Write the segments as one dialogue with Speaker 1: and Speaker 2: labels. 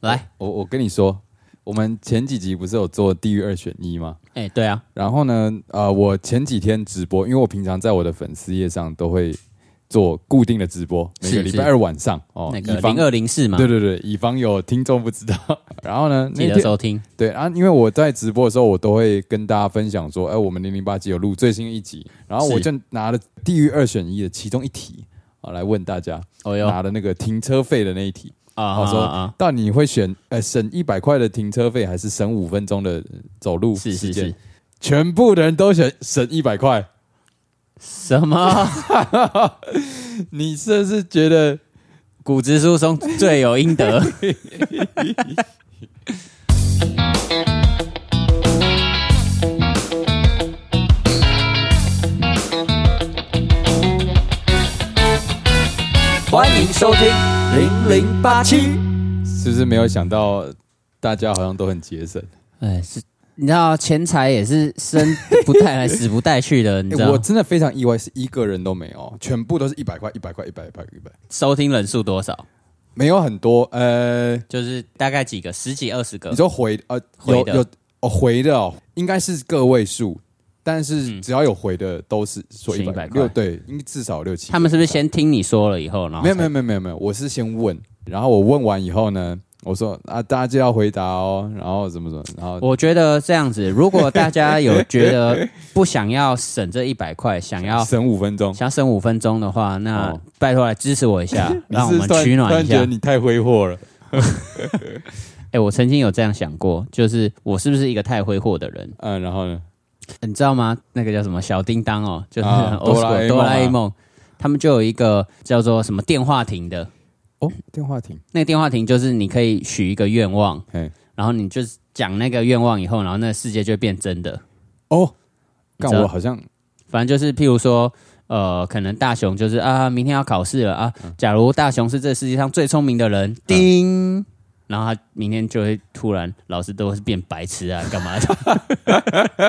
Speaker 1: 来，
Speaker 2: 我我跟你说，我们前几集不是有做地狱二选一吗？
Speaker 1: 哎、对啊，
Speaker 2: 然后呢，呃，我前几天直播，因为我平常在我的粉丝页上都会做固定的直播，每个
Speaker 1: 是
Speaker 2: 礼
Speaker 1: 是
Speaker 2: 拜二晚上哦，
Speaker 1: 那
Speaker 2: 以
Speaker 1: 个
Speaker 2: 防
Speaker 1: 零二零四嘛，
Speaker 2: 对对对，以防有听众不知道。 然后呢，
Speaker 1: 记
Speaker 2: 那
Speaker 1: 得
Speaker 2: 天
Speaker 1: 收听。
Speaker 2: 对啊，因为我在直播的时候，我都会跟大家分享说，哎、我们零零八集有录最新一集，然后我
Speaker 1: 是
Speaker 2: 就拿了地狱二选一的其中一题啊来问大家，
Speaker 1: 哦哟啊
Speaker 2: 拿了那个停车费的那一题。
Speaker 1: 啊
Speaker 2: 我说
Speaker 1: 啊，
Speaker 2: 到底你会选呃省一百块的停车费，还是省五分钟的呃走路
Speaker 1: 是
Speaker 2: 时
Speaker 1: 是
Speaker 2: 间
Speaker 1: 是？，
Speaker 2: 全部的人都选省一百块，
Speaker 1: 什么
Speaker 2: 你是不是觉得
Speaker 1: 骨质疏松罪有应得？欢迎收听零零八七。
Speaker 2: 是不是没有想到大家好像都很节省？
Speaker 1: 哎，是，你知道钱财也是生不带 来死不带去的，你知
Speaker 2: 欸
Speaker 1: 道
Speaker 2: 我
Speaker 1: 吗？
Speaker 2: 真的非常意外，是一个人都没有，全部都是一百块，一百块，一百，一百，一百，
Speaker 1: 收听人数多少？
Speaker 2: 没有很多。呃，
Speaker 1: 就是大概几个，十几二十个
Speaker 2: 你。说回呃
Speaker 1: 回
Speaker 2: 有
Speaker 1: 的
Speaker 2: 有哦回的哦，应该是个位数，但
Speaker 1: 嗯
Speaker 2: 是只要有回的都是说
Speaker 1: 是
Speaker 2: 一百
Speaker 1: 100块
Speaker 2: 六，对，应该至少有六七。
Speaker 1: 他们是不是先听你说了以后，然后
Speaker 2: 没有没有
Speaker 1: 才
Speaker 2: 没有没有没有，我是先问，然后我问完以后呢，我说啊，大家就要回答哦，然后怎么怎么，然后
Speaker 1: 我觉得这样子，如果大家有觉得不想要省这一百块，想 要
Speaker 2: 省五分钟。
Speaker 1: 想要省五分钟的话，那
Speaker 2: 哦
Speaker 1: 拜托来支持我一下，
Speaker 2: 你
Speaker 1: 让我
Speaker 2: 是
Speaker 1: 们
Speaker 2: 突然
Speaker 1: 取
Speaker 2: 突
Speaker 1: 暖
Speaker 2: 然
Speaker 1: 一
Speaker 2: 觉
Speaker 1: 下
Speaker 2: 得。你太挥霍了，
Speaker 1: 哎、我曾经有这样想过，就是我是不是一个太挥霍的人？
Speaker 2: 嗯，然后呢？
Speaker 1: 你知道吗？那个叫什么小叮当哦，就是
Speaker 2: 嗯啊
Speaker 1: old
Speaker 2: 哆啦
Speaker 1: school
Speaker 2: A 梦啊
Speaker 1: 哆啦 A 梦，他们就有一个叫做什么电话亭的，
Speaker 2: 哦，电话亭，
Speaker 1: 那个电话亭就是你可以许一个愿望，
Speaker 2: 嘿，
Speaker 1: 然后你就讲那个愿望以后，然后那个世界就会变真的。
Speaker 2: 哦，
Speaker 1: 你
Speaker 2: 干
Speaker 1: 知道
Speaker 2: 我好像
Speaker 1: 反正就是譬如说，呃，可能大雄就是啊，明天要考试了啊。
Speaker 2: 嗯
Speaker 1: 假如大雄是这世界上最聪明的人，叮，然后他明天就会突然老师都是变白痴啊，干嘛的？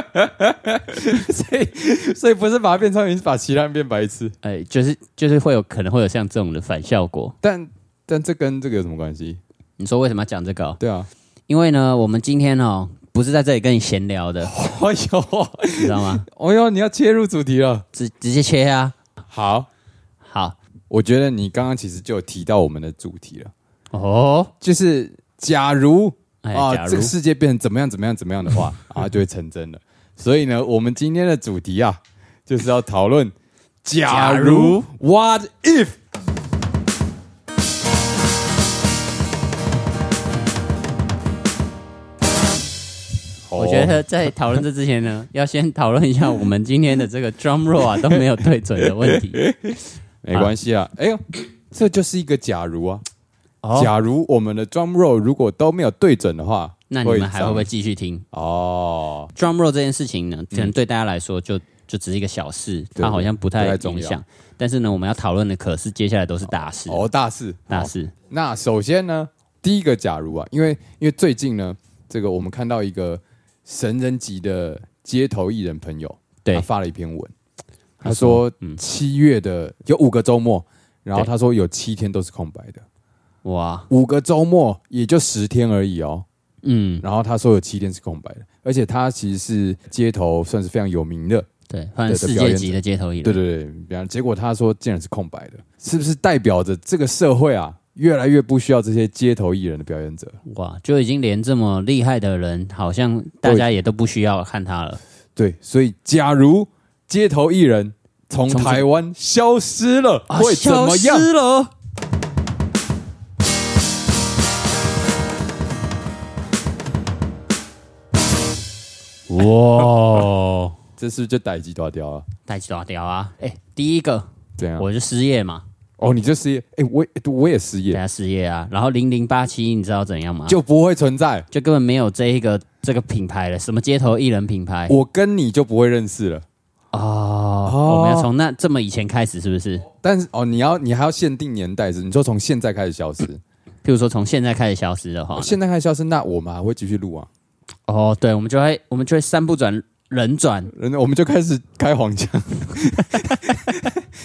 Speaker 2: 所以 所以不是把它变聪明，是把其他人变白痴。
Speaker 1: 哎，就是就是会有可能会有像这种的反效果。
Speaker 2: 但但这跟这个有什么关系？
Speaker 1: 你说为什么要讲这个哦、
Speaker 2: 对啊，
Speaker 1: 因为呢，我们今天哦不是在这里跟你闲聊的，
Speaker 2: 哎呦，
Speaker 1: 你知道吗？
Speaker 2: 哎呦，你要切入主题了。
Speaker 1: 直直接切啊！
Speaker 2: 好，
Speaker 1: 好
Speaker 2: 我觉得你刚刚其实就有提到我们的主题了，
Speaker 1: 哦，
Speaker 2: 就是假如
Speaker 1: 哎，
Speaker 2: 啊、
Speaker 1: 假
Speaker 2: 这
Speaker 1: 如
Speaker 2: 个世界变成怎么样怎么样怎么样 的话，啊，就会成真了。所以呢，我们今天的主题啊，就是要讨论假
Speaker 1: 假如
Speaker 2: 如 What if？
Speaker 1: 我
Speaker 2: 哦
Speaker 1: 觉得在讨论这之前呢， 要先讨论一下我们今天的这个 drum roll 啊都没有对准的问题。
Speaker 2: 没关系啊。哎呦，这就是一个假如啊。
Speaker 1: 哦
Speaker 2: 假如我们的 drum roll 如果都没有对准的话，
Speaker 1: 那你们还会不会
Speaker 2: 上
Speaker 1: 继续听
Speaker 2: 哦？
Speaker 1: drum roll 这件事情呢？可能对大家来说就就只是一个小事，
Speaker 2: 嗯对
Speaker 1: 它好像不
Speaker 2: 不
Speaker 1: 太
Speaker 2: 太重
Speaker 1: 影
Speaker 2: 要
Speaker 1: 响。但是呢，我们要讨论的可是接下来都是大事，
Speaker 2: 哦，大事，
Speaker 1: 大事
Speaker 2: 那首先呢，第一个假如啊，因为因为最近呢，这个我们看到一个神人级的街头艺人朋友，
Speaker 1: 对
Speaker 2: 他发了一篇文，啊他
Speaker 1: 他
Speaker 2: 说
Speaker 1: 说嗯
Speaker 2: 七月的有五个周末，然后
Speaker 1: 对
Speaker 2: 他说有七天都是空白的，
Speaker 1: 哇，
Speaker 2: 五个周末也就十天而已哦。
Speaker 1: 嗯，
Speaker 2: 然后他说有七天是空白的，而且他其实是街头算是非常有名的，
Speaker 1: 对，反正
Speaker 2: 对
Speaker 1: 世
Speaker 2: 表
Speaker 1: 界
Speaker 2: 演
Speaker 1: 级的街头艺人，
Speaker 2: 对对对，然后结果他说竟然是空白的，是不是代表着这个社会啊越来越不需要这些街头艺人的表演者？
Speaker 1: 哇，就已经连这么厉害的人，好像大家也都不需要看他了。
Speaker 2: 对，所以假如街头艺人从
Speaker 1: 从
Speaker 2: 台湾消失了，
Speaker 1: 啊
Speaker 2: 会怎么样
Speaker 1: 消？失了？哇，
Speaker 2: 这是不是就逮鸡抓雕啊？
Speaker 1: 太抓掉啊！哎、第一个
Speaker 2: 这样
Speaker 1: 我就失业嘛，
Speaker 2: 哦，你就失业，哎、我也我也失
Speaker 1: 大
Speaker 2: 业，
Speaker 1: 家失业啊。然后零零八七，你知道怎样吗？就
Speaker 2: 就不会存在，
Speaker 1: 就根本没有这一个这个品牌了，什么街头艺人品牌
Speaker 2: 我跟你就不会认识了。
Speaker 1: 哦我们要从那这么以前开始，是不是？
Speaker 2: 但是哦，你要你还要限定年代是？你说从现在开始消失，哦
Speaker 1: 譬如说从现在开始消失的话，
Speaker 2: 现在开始消失，那我们还会继续录啊？
Speaker 1: 哦，对，我们就会我们就会山不转人转，
Speaker 2: 人我们就开始开黄腔。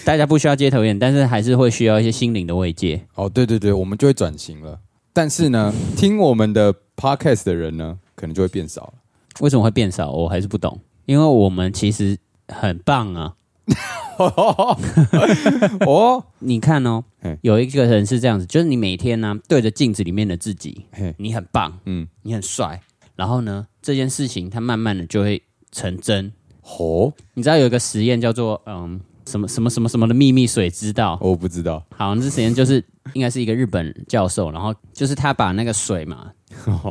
Speaker 1: 大家不需要街头演，但是还是会需要一些心灵的慰藉。
Speaker 2: 哦，对对对，我们就会转型了。但是呢，听我们的 podcast 的人呢，可能就会变少了。
Speaker 1: 为什么会变少？我还是不懂，因为我们其实很棒啊。
Speaker 2: 哦，
Speaker 1: 你看哦
Speaker 2: 嘿，
Speaker 1: 有一个人是这样子，就是你每天呢、对着镜子里面的自己，
Speaker 2: 嘿，
Speaker 1: 你很棒，
Speaker 2: 嗯，
Speaker 1: 你很帅，然后呢，这件事情它慢慢的就会成真。
Speaker 2: 哦，
Speaker 1: 你知道有一个实验叫做嗯什么什么什么什么的秘密水哦知道？
Speaker 2: 我不知 道，
Speaker 1: 好，那这实验就是应该是一个日本教授，然后就是他把那个水嘛，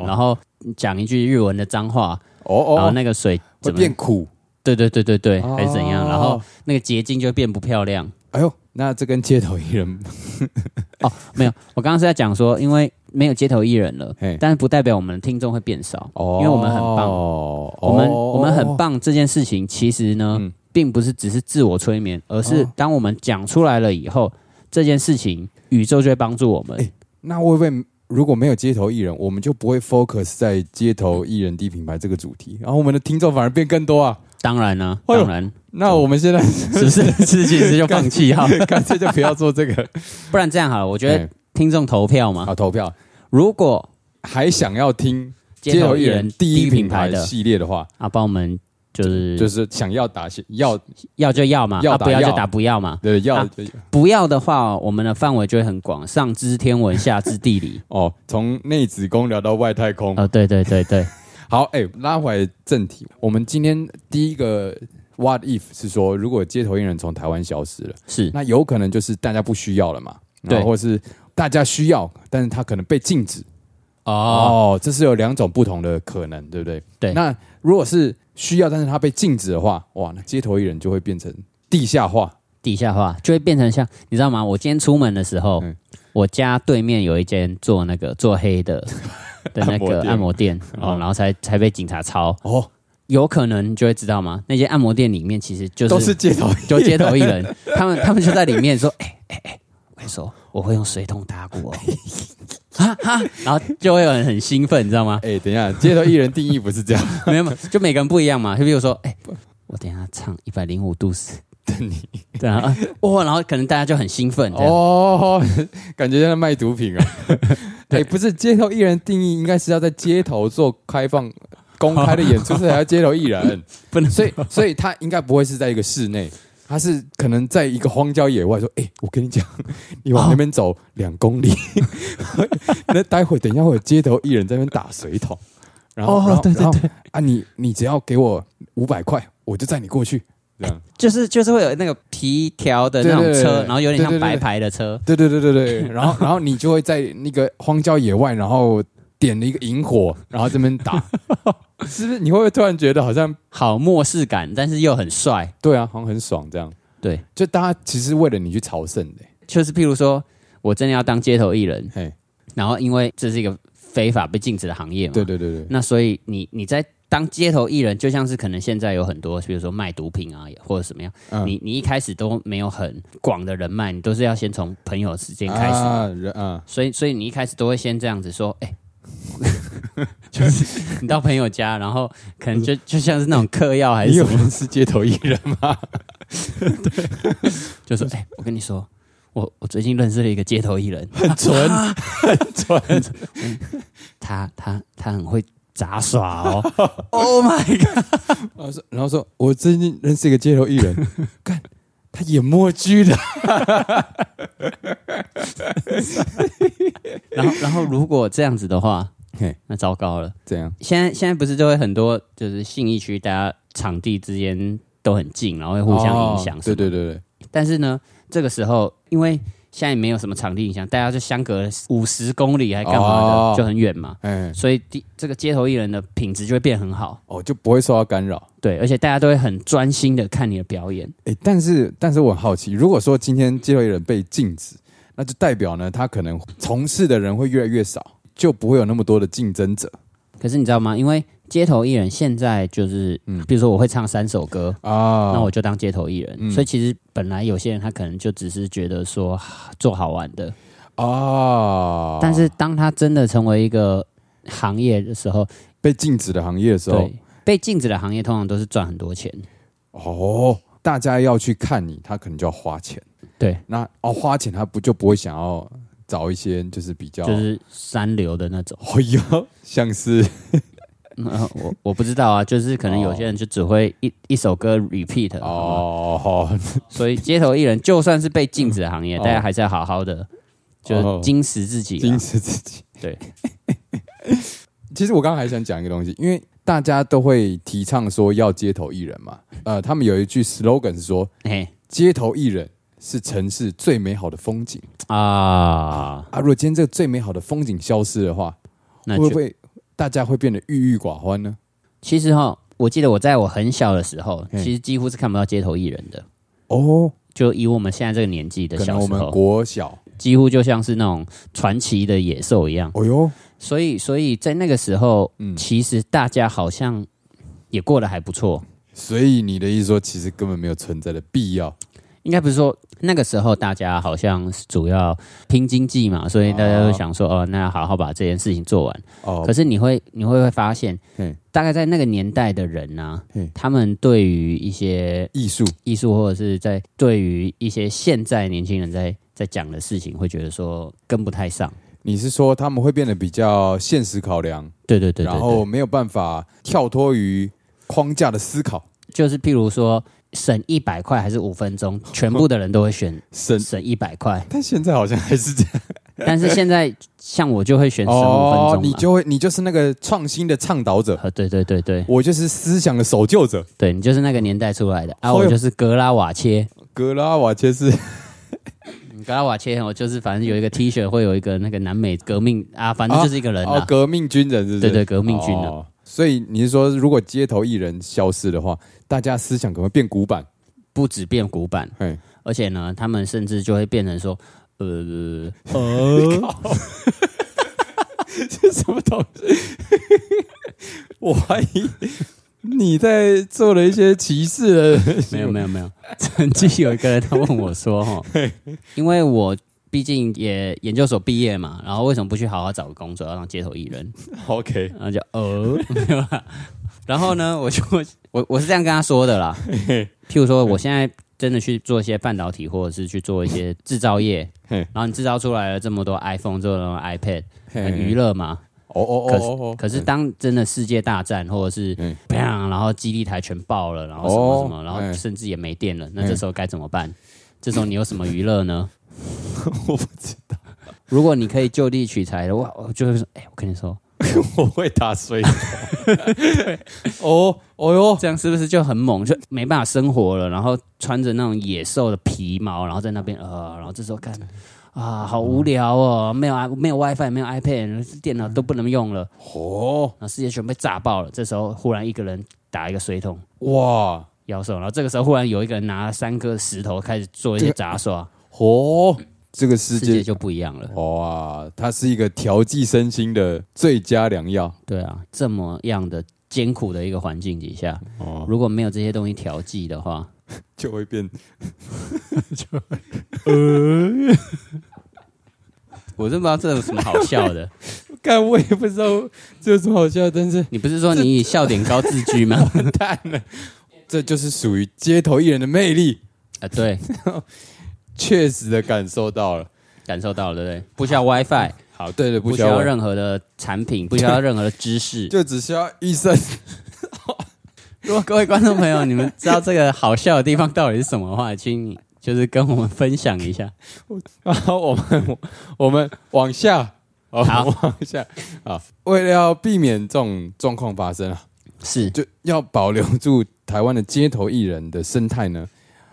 Speaker 1: 然后讲一句日文的脏话，
Speaker 2: 哦
Speaker 1: 然后
Speaker 2: 哦，
Speaker 1: 那个水
Speaker 2: 会
Speaker 1: 怎么样
Speaker 2: 变苦，
Speaker 1: 对对对对对，
Speaker 2: 哦
Speaker 1: 还是怎样？然后那个结晶就会变不漂亮。
Speaker 2: 哎呦，那这跟街头 艺人，
Speaker 1: 哦，没有，我刚刚是在讲说，因为没有街头艺人了
Speaker 2: 嘿，
Speaker 1: 但是不代表我们的听众会变少，
Speaker 2: 哦，
Speaker 1: 因为我们很棒，
Speaker 2: 哦，
Speaker 1: 我们我们很棒这件事情，其实呢，
Speaker 2: 嗯
Speaker 1: 并不是只是自我催眠，而是
Speaker 2: 哦
Speaker 1: 当我们讲出来了以后，这件事情宇宙就会帮助我们。
Speaker 2: 哎那会不会如果没有街头艺人，我们就不会 focus 在街头艺人低品牌这个主题，然后我们的听众反而变更多啊？
Speaker 1: 当然呢、
Speaker 2: 哎呦
Speaker 1: 当然，
Speaker 2: 那我们 现在
Speaker 1: 是不是是其实就放弃好了？
Speaker 2: 干 脆就不要做这个。
Speaker 1: 不然这样好了，我 觉得啊
Speaker 2: 哎
Speaker 1: 听众投票嘛，
Speaker 2: 好，投票，
Speaker 1: 如果
Speaker 2: 还想要听
Speaker 1: 街
Speaker 2: 街
Speaker 1: 头
Speaker 2: 头
Speaker 1: 艺
Speaker 2: 艺
Speaker 1: 人
Speaker 2: 人
Speaker 1: 第
Speaker 2: 第
Speaker 1: 一
Speaker 2: 一
Speaker 1: 品
Speaker 2: 品
Speaker 1: 牌
Speaker 2: 牌
Speaker 1: 的嗯
Speaker 2: 系列的话，
Speaker 1: 啊，帮我们就是
Speaker 2: 就是想要打要
Speaker 1: 要就要嘛，
Speaker 2: 要
Speaker 1: 啊
Speaker 2: 打
Speaker 1: 不要就
Speaker 2: 要
Speaker 1: 打不要嘛。
Speaker 2: 对要
Speaker 1: 啊不要的话，我们的范围就会很广，上知天文，下知地 理。
Speaker 2: 哦，从内子宫聊到外太空。
Speaker 1: 哦，对对对对，
Speaker 2: 好，哎、拉回来正题，我们今天第一个 what if 是说，如果街头艺人从台湾消失了，
Speaker 1: 是
Speaker 2: 那有可能就是大家不需要了嘛，
Speaker 1: 对
Speaker 2: 然后或是大家需要，但是他可能被禁止。
Speaker 1: 哦，
Speaker 2: 哦，这是有两种不同的可能，对不对？
Speaker 1: 对
Speaker 2: 那如果是需要，但是他被禁止的话，哇，那街头艺人就会变成地下化。
Speaker 1: 地下化就会变成像你知道吗？我今天出门的时候，
Speaker 2: 嗯
Speaker 1: 我家对面有一间做那个做黑的的那
Speaker 2: 按摩
Speaker 1: 个
Speaker 2: 店
Speaker 1: 按摩店，哦，
Speaker 2: 哦
Speaker 1: 然后才才被警察抄，
Speaker 2: 哦，
Speaker 1: 有可能你就会知道吗？那些按摩店里面其实就
Speaker 2: 都
Speaker 1: 是
Speaker 2: 是街头艺人，
Speaker 1: 就街头艺人，他们他们就在里面说，哎哎哎，我跟你说，我会用水桶打鼓哦， 哈哈，然后就会有人很兴奋，你知道吗？
Speaker 2: 哎、等一下，街头艺人定义不是这样。
Speaker 1: 没有，没有就每个人不一样嘛。就比如说，哎、我等一下唱一百零五度死等你，对啊，啊哇、然后可能大家就很兴奋，哦，
Speaker 2: 哦，感觉像在卖毒品啊。哎、不是，街头艺人定义应该是要在街头做开放、公开的演出，这才叫街头艺人。
Speaker 1: 不能
Speaker 2: 所以，所以他应该不会是在一个室内，他是可能在一个荒郊野外。说，哎、我跟你讲，你往那边走两公里， 那待会等一下会有街头艺人在那边打水桶，然后，
Speaker 1: 哦
Speaker 2: 然后，
Speaker 1: 对对
Speaker 2: 然后啊，你你只要给我五百块，我就载你过去。这样，
Speaker 1: 就是就是会有那个皮条的那种车，
Speaker 2: 对对对对
Speaker 1: 然后有点像
Speaker 2: 对对对
Speaker 1: 白牌的车，
Speaker 2: 对对对 对对，然后然后你就会在那个荒郊野外，然后点了一个萤火，然后这边 打，是不是？你会不会突然觉得好像
Speaker 1: 好漠视感，但是又很帅。
Speaker 2: 对啊，好像很爽这样？
Speaker 1: 对，
Speaker 2: 就大家其实为了你去朝圣的、
Speaker 1: 就是譬如说我真的要当街头艺人，
Speaker 2: 嘿，
Speaker 1: 然后因为这是一个非法被禁止的行业嘛，
Speaker 2: 对对对对，
Speaker 1: 那所以你你在当街头艺人，就像是可能现在有很多，比如说卖毒品啊，或者什么样，
Speaker 2: 嗯
Speaker 1: 你你一开始都没有很广的人脉，你都是要先从朋友之间开始。
Speaker 2: 啊，人 啊，
Speaker 1: 所以，所以你一开始都会先这样子说，哎、 就是你到朋友家，然后可 能就就像是那种嗑药还是
Speaker 2: 你
Speaker 1: 什
Speaker 2: 有
Speaker 1: 么，
Speaker 2: 人是街头艺人 吗？
Speaker 1: 就说，哎、我跟你说，我我最近认识了一个街头艺人，
Speaker 2: 很纯，很纯，
Speaker 1: 他他他很会杂耍 哦，Oh my god！
Speaker 2: 然后说，然后说我最近认识一个街头艺 人，看他演默剧的，
Speaker 1: 然后然后如果这样子的话
Speaker 2: 嘿，
Speaker 1: 那糟糕了。
Speaker 2: 怎样？
Speaker 1: 现在现在不是就会很多，就是信义区大家场地之间都很近，然后会互相影响、
Speaker 2: 哦
Speaker 1: 是
Speaker 2: 对
Speaker 1: 吗
Speaker 2: 对对对，
Speaker 1: 但是呢，这个时候因为现在没有什么场地影响，大家就相隔五十公里还干嘛的，
Speaker 2: 哦
Speaker 1: 就很远嘛。
Speaker 2: 哎，
Speaker 1: 所以第这个街头艺人的品质就会变很好，
Speaker 2: 哦，就不会受到干扰。
Speaker 1: 对，而且大家都会很专心的看你的表演。
Speaker 2: 哎、但是但是我很好奇，如果说今天街头艺人被禁止，那就代表呢，他可能从事的人会越来越少，就不会有那么多的竞争者
Speaker 1: 可是你知道吗？因为街头艺人现在就是，比如说我会唱三首歌，
Speaker 2: 啊。
Speaker 1: 那我就当街头艺人。所以其实本来有些人他可能就只是觉得说啊做好玩的，
Speaker 2: 啊，
Speaker 1: 但是当他真的成为一个行业的时候，
Speaker 2: 被禁止的行业的时候
Speaker 1: 对，被禁止的行业通常都是赚很多钱。
Speaker 2: 哦，大家要去看你，他可能就要花钱。
Speaker 1: 对，
Speaker 2: 那哦，花钱他不就不会想要找一些就是比较，
Speaker 1: 就是三流的那种。
Speaker 2: 哎呦，像是
Speaker 1: 嗯呃我我不知道啊，就是可能有些人就只会一一首歌 repeat 哦，
Speaker 2: 哦，好
Speaker 1: 所以街头艺人就算是被禁止的行业，
Speaker 2: 哦
Speaker 1: 大家还是要好好的就
Speaker 2: 哦
Speaker 1: 矜持自己啊
Speaker 2: 矜。持自己。
Speaker 1: 对，
Speaker 2: 其实我刚刚还想讲一个东西，因为大家都会提倡说要街头艺人嘛，呃，他们有一句 slogan 是说
Speaker 1: 嘿
Speaker 2: 街头艺人是城市最美好的风景
Speaker 1: 啊，
Speaker 2: 啊。如果今天这个最美好的风景消失的话，
Speaker 1: 那
Speaker 2: 会
Speaker 1: 就
Speaker 2: 不会大家会变得郁郁寡欢呢？
Speaker 1: 其实哈，我记得我在我很小的时候，
Speaker 2: 嗯
Speaker 1: 其实几乎是看不到街头艺人的。
Speaker 2: 哦，
Speaker 1: 就以我们现在这个年纪的
Speaker 2: 可能
Speaker 1: 小
Speaker 2: 我
Speaker 1: 时
Speaker 2: 们
Speaker 1: 候，
Speaker 2: 国小，
Speaker 1: 几乎就像是那种传奇的野兽一样。
Speaker 2: 哦呦，
Speaker 1: 所以，所以在那个时候，
Speaker 2: 嗯
Speaker 1: 其实大家好像也过得还不错。
Speaker 2: 所以你的意思说，其实根本没有存在的必要
Speaker 1: 应该不是说那个时候大家好像是主要拼经济嘛，所以大家都想说，哦，那好好把这件事情做完。
Speaker 2: 哦
Speaker 1: 可。是你会你会会发现
Speaker 2: 嘿，
Speaker 1: 大概在那个年代的人呢、
Speaker 2: 嘿
Speaker 1: 他们对于一些
Speaker 2: 艺术
Speaker 1: 艺术或者是在对于一些现在年轻人在在讲的事情，会觉得说跟不太上。
Speaker 2: 你是说他们会变得比较现实考量，
Speaker 1: 对对对对
Speaker 2: 然后
Speaker 1: 对，
Speaker 2: 没有办法跳脱于框架的思考，
Speaker 1: 就是譬如说省一百块还是五分 钟，全部的人都会选
Speaker 2: 省。
Speaker 1: 省一百块，
Speaker 2: 但现在好像还是这样
Speaker 1: 但是现在像我就会选省五分钟嘛啊
Speaker 2: 哦你就会你就是那个创新的倡导者，
Speaker 1: 呃对对对对
Speaker 2: 我就是思想的守旧者。
Speaker 1: 对，你就是那个年代出来的啊，
Speaker 2: 好有
Speaker 1: 我就是格拉瓦切，
Speaker 2: 格拉瓦切是
Speaker 1: 嗯格拉瓦切我就是反正有一 个 T 恤会有一个那个南美革命啊，反正就是一个人
Speaker 2: 哦
Speaker 1: 啊，
Speaker 2: 革命军人，是不是？
Speaker 1: 对对革命军啊人
Speaker 2: 哦所以你是说，如果街头艺人消失的话，大家思想可能会变古板？
Speaker 1: 不止变古板，
Speaker 2: 嘿，
Speaker 1: 而且呢，他们甚至就会变成说，呃，
Speaker 2: 这什么东西？ 我怀疑你在做了一些歧视的。
Speaker 1: 没有没有没有，曾经有一个人他问我说：“ 哈，因为我毕竟也研究所毕业嘛，然后为什么不去好好找个工作，要当街头艺人
Speaker 2: OK，？”
Speaker 1: 然后就呃， 没有啦。然后呢，我就 我我是这样跟他说的啦。譬如说，我现在真的去做一些半导体，或者是去做一些制造业，
Speaker 2: 嘿
Speaker 1: 然后你制造出来了这么多 iPhone，这么多 iPad，
Speaker 2: 嘿
Speaker 1: 很娱乐嘛。
Speaker 2: 哦哦
Speaker 1: 可
Speaker 2: 哦
Speaker 1: 是
Speaker 2: 哦哦，
Speaker 1: 可是当真的世界大战，或者是
Speaker 2: 嗯
Speaker 1: 砰，然后基地台全爆了，然后什么什么，
Speaker 2: 哦
Speaker 1: 然后
Speaker 2: 嗯
Speaker 1: 甚至也没电了，那
Speaker 2: 嗯
Speaker 1: 这时候该怎么办？这时候你有什么娱乐呢？
Speaker 2: 我不知道，
Speaker 1: 如果你可以就地取材的话，我就会说，哎、我跟你说，
Speaker 2: 我会打水桶。哦哦哟，
Speaker 1: 这样是不是就很猛，就没办法生活了？然后穿着那种野兽的皮毛，然后在那边呃，然后这时候看啊，好无聊哦，没有啊，没有 WiFi，没有 iPad，电脑都不能用了，
Speaker 2: 哦
Speaker 1: 然后世界全被炸爆了。这时候忽然一个人打一个水桶，
Speaker 2: 哇
Speaker 1: 妖兽，然后这个时候忽然有一个人拿三颗石头开始做一些杂耍，
Speaker 2: 哦，这个世
Speaker 1: 世
Speaker 2: 界
Speaker 1: 界就不一样了。
Speaker 2: 哦哇，它是一个调剂身心的最佳良药
Speaker 1: 对啊，这么样的艰苦的一个环境底下，
Speaker 2: 哦，
Speaker 1: 如果没有这些东西调剂的话，
Speaker 2: 就会变
Speaker 1: 我真不知道这有什么好笑的。
Speaker 2: 干，我也不知道这有什么好笑，但是
Speaker 1: 你不是说你以笑点高自居 吗？
Speaker 2: 很淡了。这就是属于街头艺人的魅力，
Speaker 1: 啊，对，
Speaker 2: 确实的感受到了。
Speaker 1: 感受到了，对不对？不需要 WiFi，
Speaker 2: 好，对对，
Speaker 1: 不
Speaker 2: 不
Speaker 1: 需
Speaker 2: 需要
Speaker 1: 要
Speaker 2: 问，
Speaker 1: 任何的产品，不需 要任何的知识。
Speaker 2: 就只需要医生。
Speaker 1: 如果各位观众朋友，你们知道这个好笑的地方到底是什么的话，请你就是跟我们分享一 下。
Speaker 2: 然后我们我们往下，好，
Speaker 1: 好
Speaker 2: 往下啊。为了要避免这种状况发生啊，
Speaker 1: 是，
Speaker 2: 就要保留住台湾的街头艺人的生态呢？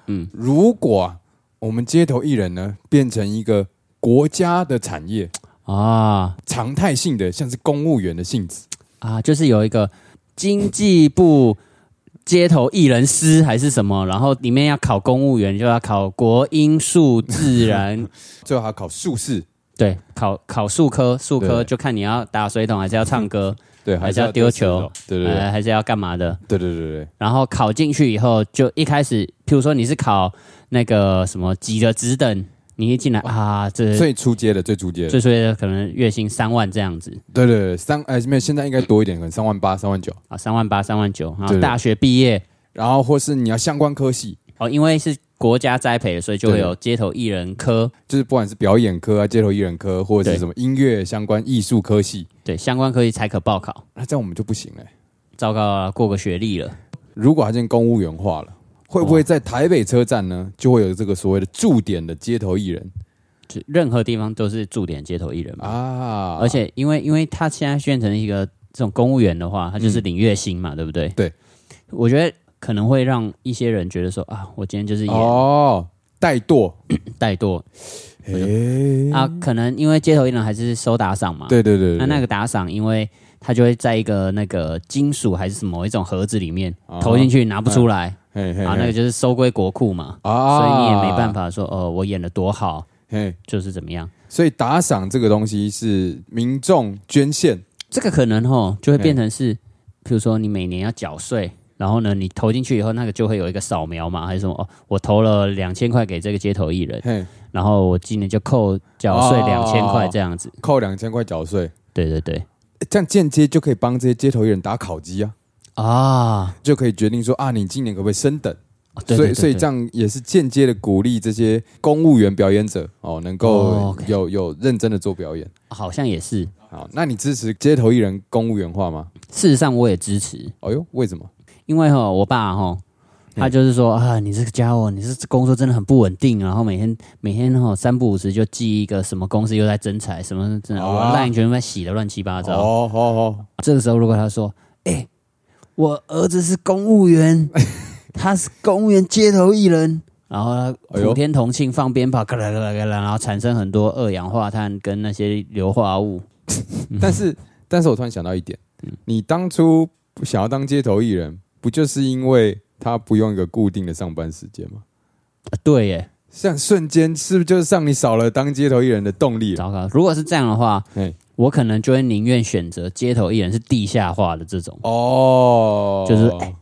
Speaker 1: 嗯
Speaker 2: 嗯，如果、啊、我们街头艺人呢变成一个国家的产业，
Speaker 1: 啊
Speaker 2: 常态性的像是公务员的性质，
Speaker 1: 啊，就是有一个经济部街头艺人师还是什么，然后里面要考公务员，就要考国英数自 然，
Speaker 2: 最好还考术士，
Speaker 1: 对，考考数科，数科
Speaker 2: 对
Speaker 1: 就看你要打水桶还是要唱歌，
Speaker 2: 对，
Speaker 1: 还
Speaker 2: 还
Speaker 1: 是
Speaker 2: 是
Speaker 1: 要
Speaker 2: 要
Speaker 1: 丢
Speaker 2: 丢
Speaker 1: 球
Speaker 2: 球，对对对
Speaker 1: 呃，还是要干嘛的。
Speaker 2: 对对对对，
Speaker 1: 然后考进去以后，就一开始，譬如说你是考那个什么几的职等，你一进来啊，这
Speaker 2: 对最出街的最出街的，
Speaker 1: 最衰的可能月薪三万这样子
Speaker 2: 对对对，三哎没有，现在应该多一点，可能三万八、三万九，
Speaker 1: 啊，三万八、三万九，然后
Speaker 2: 对对
Speaker 1: 大学毕业
Speaker 2: 然后或是你要相关科系，
Speaker 1: 哦，因为是国家栽培的，所以就会有街头艺人科，
Speaker 2: 就是不管是表演科啊、街头艺人科，或者是
Speaker 1: 对
Speaker 2: 什么音乐相关艺术科系，
Speaker 1: 对相关科系才可报考。
Speaker 2: 那这样我们就不行了。
Speaker 1: 糟糕啊，过个学历了，
Speaker 2: 如果他进公务员化了，会不会在台北车站呢，就会有这个所谓的驻点的街头艺人
Speaker 1: 就任何地方都是驻点街头艺人嘛。
Speaker 2: 啊？
Speaker 1: 哦而且因为因为他现在变成一个这种公务员的话，他就是领月薪嘛，对不对？
Speaker 2: 嗯对，
Speaker 1: 我觉得可能会让一些人觉得说啊，我今天就是演
Speaker 2: 哦，怠惰，
Speaker 1: 怠惰、
Speaker 2: 哎、
Speaker 1: 啊，可能因为街头艺人还是收打赏嘛，
Speaker 2: 对对对对，
Speaker 1: 那那
Speaker 2: 个
Speaker 1: 个打赏，因为他就会在一个那个金属还是什么一种盒子里面投进去，拿不出来
Speaker 2: 啊嘿哦嗯嘿
Speaker 1: 啊，那个就是收归国库嘛，
Speaker 2: 啊
Speaker 1: 所以你也没办。法说哦，我演的多好，
Speaker 2: 嘿，
Speaker 1: 就是怎么样。
Speaker 2: 所以打赏这个东西是民众捐献，
Speaker 1: 这个可能吼就会变成是，比如说你每年要缴税，然后呢，你投进去以后，那个就会有一个扫描嘛，还是什么哦，我投了两千块给这个街头艺人，
Speaker 2: 嘿，
Speaker 1: 然后我今年就扣缴税
Speaker 2: 哦
Speaker 1: 两千块这样子。
Speaker 2: 扣两千块缴税，
Speaker 1: 对对对，
Speaker 2: 这样间接就可以帮这些街头艺人打烤鸡啊，
Speaker 1: 啊，
Speaker 2: 就可以决定说啊，你今年可不可以升等？
Speaker 1: 对对
Speaker 2: 所
Speaker 1: 对
Speaker 2: 以所以
Speaker 1: 对
Speaker 2: 这样也是间接的鼓励这些公务员表演者哦，能
Speaker 1: 哦
Speaker 2: 够
Speaker 1: ，OK
Speaker 2: 有有认真的做表演。
Speaker 1: 好像也是。
Speaker 2: 好，那你支持街头艺人公务员化吗？
Speaker 1: 事实上，我也支持，
Speaker 2: 哎呦，为什么？
Speaker 1: 因为哈，我爸哈，他就是说啊，你这个家伙，你这工作真的很不稳定，然后每天每天哈三不五时就记一个什么公司又在征才，什么真的，
Speaker 2: 哦
Speaker 1: 我 line 全部被洗的乱七八糟。
Speaker 2: 哦哦哦，
Speaker 1: 这个时候，如果他说，哎、我儿子是公务员，他是公务员街头艺人。然后他
Speaker 2: 哎呦
Speaker 1: 普天同庆放鞭炮，嘎啦嘎啦嘎啦，然后产生很多二氧化碳跟那些硫化物。嗯
Speaker 2: 但是但是我突然想到一点，你当初想要当街头艺人，不就是因为他不用一个固定的上班时间吗？
Speaker 1: 啊对耶，
Speaker 2: 这样瞬间是不是就是让你少了当街头艺人的动力了？
Speaker 1: 糟糕！如果是这样的话
Speaker 2: 嘿，
Speaker 1: 我可能就会宁愿选择街头艺人是地下化的这种。
Speaker 2: 哦，
Speaker 1: 就是
Speaker 2: 哎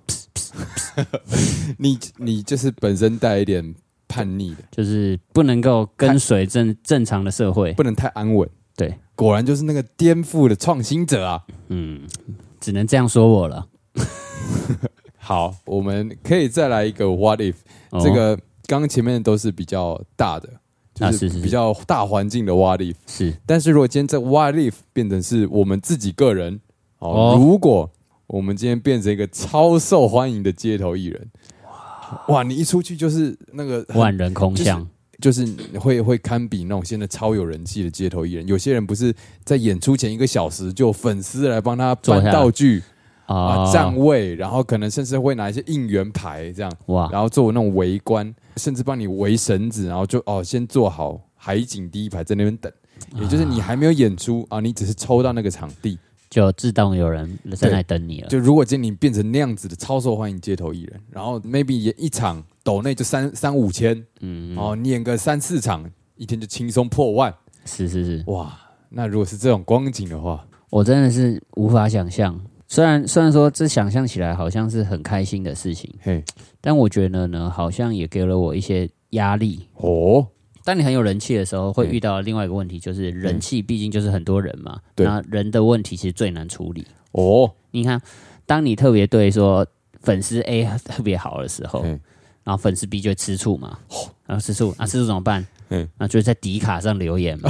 Speaker 2: 你你就是本身带一点叛逆的，
Speaker 1: 就是不能够跟随正正常的社会，
Speaker 2: 不能太安稳。
Speaker 1: 对，
Speaker 2: 果然就是那个颠覆的创新者啊！
Speaker 1: 嗯，只能这样说我了。
Speaker 2: 好，我们可以再来一个 What if？、
Speaker 1: 哦
Speaker 2: 这个刚刚前面都是比较大的，
Speaker 1: 啊
Speaker 2: 就是
Speaker 1: 是是
Speaker 2: 比较大环境的 What if。
Speaker 1: 是
Speaker 2: 但是如果今天这 What if 变成是我们自己个人，哦，
Speaker 1: 哦
Speaker 2: 如果我们今天变成一个超受欢迎的街头艺人，哇，你一出去就是那个很
Speaker 1: 万人空巷，
Speaker 2: 就是会会堪比那种现在超有人气的街头艺人。有些人不是在演出前一个小时就有粉丝来帮他
Speaker 1: 坐
Speaker 2: 搬
Speaker 1: 下来
Speaker 2: 道具
Speaker 1: 啊
Speaker 2: 啊、站位，然后可能甚至会拿一些应援牌这样，
Speaker 1: 哇，
Speaker 2: 然后做那种围观，甚至帮你围绳子，然后就哦先做好海景第一排在那边等。也
Speaker 1: 啊
Speaker 2: 就是你还没有演出啊，你只是抽到那个场地。
Speaker 1: 就自动有人在那里等你了。
Speaker 2: 就如果今天你变成那样子的超受欢迎街头艺人，然后 maybe 演一场抖内就三三五千，
Speaker 1: 嗯，
Speaker 2: 哦，你演个三四场，一天就轻松破万，
Speaker 1: 是是是，
Speaker 2: 哇！那如果是这种光景的话，
Speaker 1: 我真的是无法想象。虽然虽然说这想象起来好像是很开心的事情，
Speaker 2: 嘿，
Speaker 1: 但我觉得呢，好像也给了我一些压力。
Speaker 2: 哦，
Speaker 1: 当你很有人气的时候，会遇到另外一个问题，就是人气毕竟就是很多人嘛，
Speaker 2: 对
Speaker 1: 那人的问题其实最难处理。
Speaker 2: 哦，
Speaker 1: 你看，当你特别对说粉丝 A 特别好的时候，
Speaker 2: 嗯
Speaker 1: 然后粉丝 B 就会吃醋嘛，然后吃醋，啊吃醋怎么办？
Speaker 2: 嗯
Speaker 1: 嗯，那就在迪卡上留言嘛。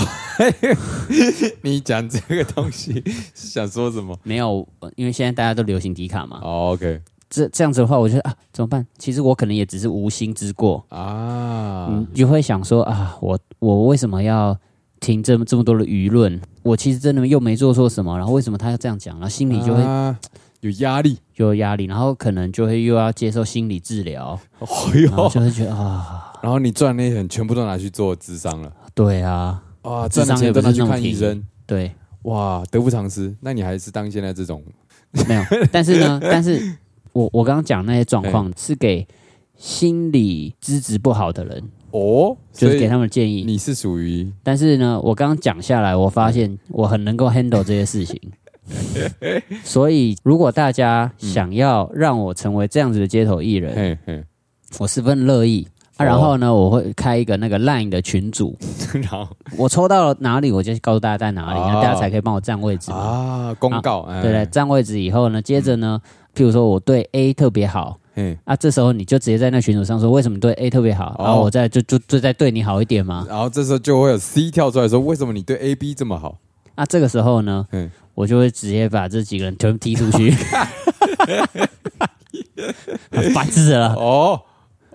Speaker 2: 你讲这个东西是想说什 么、
Speaker 1: 没有，呃因为现在大家都流行迪卡嘛。
Speaker 2: o k
Speaker 1: 这这样子的话，我觉得啊，怎么办？其实我可能也只是无心之过，
Speaker 2: 啊，
Speaker 1: 嗯，你就会想说啊，我我为什么要听这么这么多的舆论？我其实真的又没做错什么，然后为什么他要这样讲？然后心里就会
Speaker 2: 啊有压力，
Speaker 1: 就有压力，然后可能就会又要接受心理治疗，
Speaker 2: 哦
Speaker 1: 然后
Speaker 2: 哟，
Speaker 1: 就会觉得啊，
Speaker 2: 然后你赚的那些钱全部都拿去做智商了，
Speaker 1: 对啊，
Speaker 2: 哇，
Speaker 1: 智
Speaker 2: 赚的
Speaker 1: 商
Speaker 2: 钱
Speaker 1: 也不
Speaker 2: 都
Speaker 1: 是
Speaker 2: 拿去
Speaker 1: 那么
Speaker 2: 看医
Speaker 1: 便宜
Speaker 2: 生，
Speaker 1: 对，
Speaker 2: 哇，得不偿失。那你还是当现在这种
Speaker 1: 没 有。但是呢，但是我我刚刚讲那些状况是给心理资质不好的人，
Speaker 2: 哦，
Speaker 1: 就
Speaker 2: 所
Speaker 1: 是给
Speaker 2: 以
Speaker 1: 他们建议。
Speaker 2: 你是属于
Speaker 1: 但是呢，我刚刚讲下来，我发现我很能够 handle 这些事 情。所以，如果大家想要让我成为这样子的街头艺人，
Speaker 2: 嘿嘿，
Speaker 1: 我十分乐意。啊，
Speaker 2: 哦
Speaker 1: 然后呢，我会开一个那个 LINE 的群组，
Speaker 2: 然后
Speaker 1: 我抽到了哪里，我就告诉大家在哪里，
Speaker 2: 哦
Speaker 1: 那大家才可以帮我占位置嘛。
Speaker 2: 啊，公告，哎
Speaker 1: 对对，占位置以后呢，接着呢，譬如说我对 A 特别好，
Speaker 2: 嘿，
Speaker 1: 啊，这时候你就直接在那群组上说，为什么对 A 特别好，
Speaker 2: 哦
Speaker 1: 然后我再就就就再对你好一点嘛。
Speaker 2: 然后这时候就会有 C 跳出来说，为什么你对 A、B 这么好？
Speaker 1: 啊，这个时候呢
Speaker 2: 嗯，
Speaker 1: 我就会直接把这几个人全部踢出去， 烦死了。
Speaker 2: 哦
Speaker 1: 啊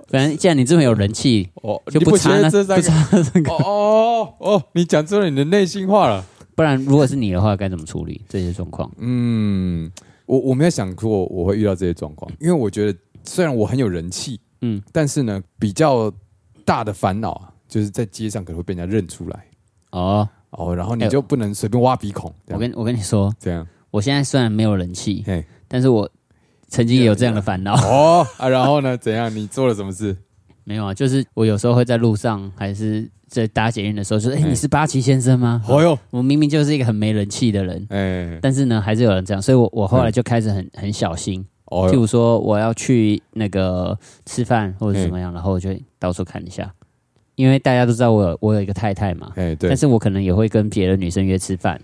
Speaker 1: 反正既然你这么有人气，
Speaker 2: 哦，
Speaker 1: 就
Speaker 2: 你不觉
Speaker 1: 差
Speaker 2: 得
Speaker 1: 那
Speaker 2: 这
Speaker 1: 不
Speaker 2: 三个？
Speaker 1: 差那个，
Speaker 2: 哦哦哦，你讲出了你的内心话了。
Speaker 1: 不然如果是你的话，该怎么处理这些状况？
Speaker 2: 嗯，我我没有想过我会遇到这些状况，因为我觉得虽然我很有人气，
Speaker 1: 嗯
Speaker 2: 嗯，但是呢，比较大的烦恼啊，就是在街上可能会被人家认出来
Speaker 1: 哦，
Speaker 2: 哦，然后你就不能随便挖鼻孔，这
Speaker 1: 我
Speaker 2: 样
Speaker 1: 跟我跟你说，
Speaker 2: 这样
Speaker 1: 我现在虽然没有人气
Speaker 2: 嘿，
Speaker 1: 但是我曾经也有这样的烦恼。
Speaker 2: 哦啊，然后呢，怎样？你做了什么 事？
Speaker 1: 没有啊，就是我有时候会在路上，还是在搭捷运的时候，说：“哎、
Speaker 2: 嗯
Speaker 1: 你是八旗先生吗？”
Speaker 2: 哦哟，
Speaker 1: 我明明就是一个很没人气的人，
Speaker 2: 哎，
Speaker 1: 但是呢，还是有人这样，所以我我后来就开始很很小心。
Speaker 2: 哦
Speaker 1: 譬
Speaker 2: 哟，
Speaker 1: 如说，我要去那个吃饭或者怎么样，然后我就会到处看一下，因为大家都知道我有我有一个太太嘛，
Speaker 2: 哎，对
Speaker 1: 但，是我可能也会跟别的女生约吃饭，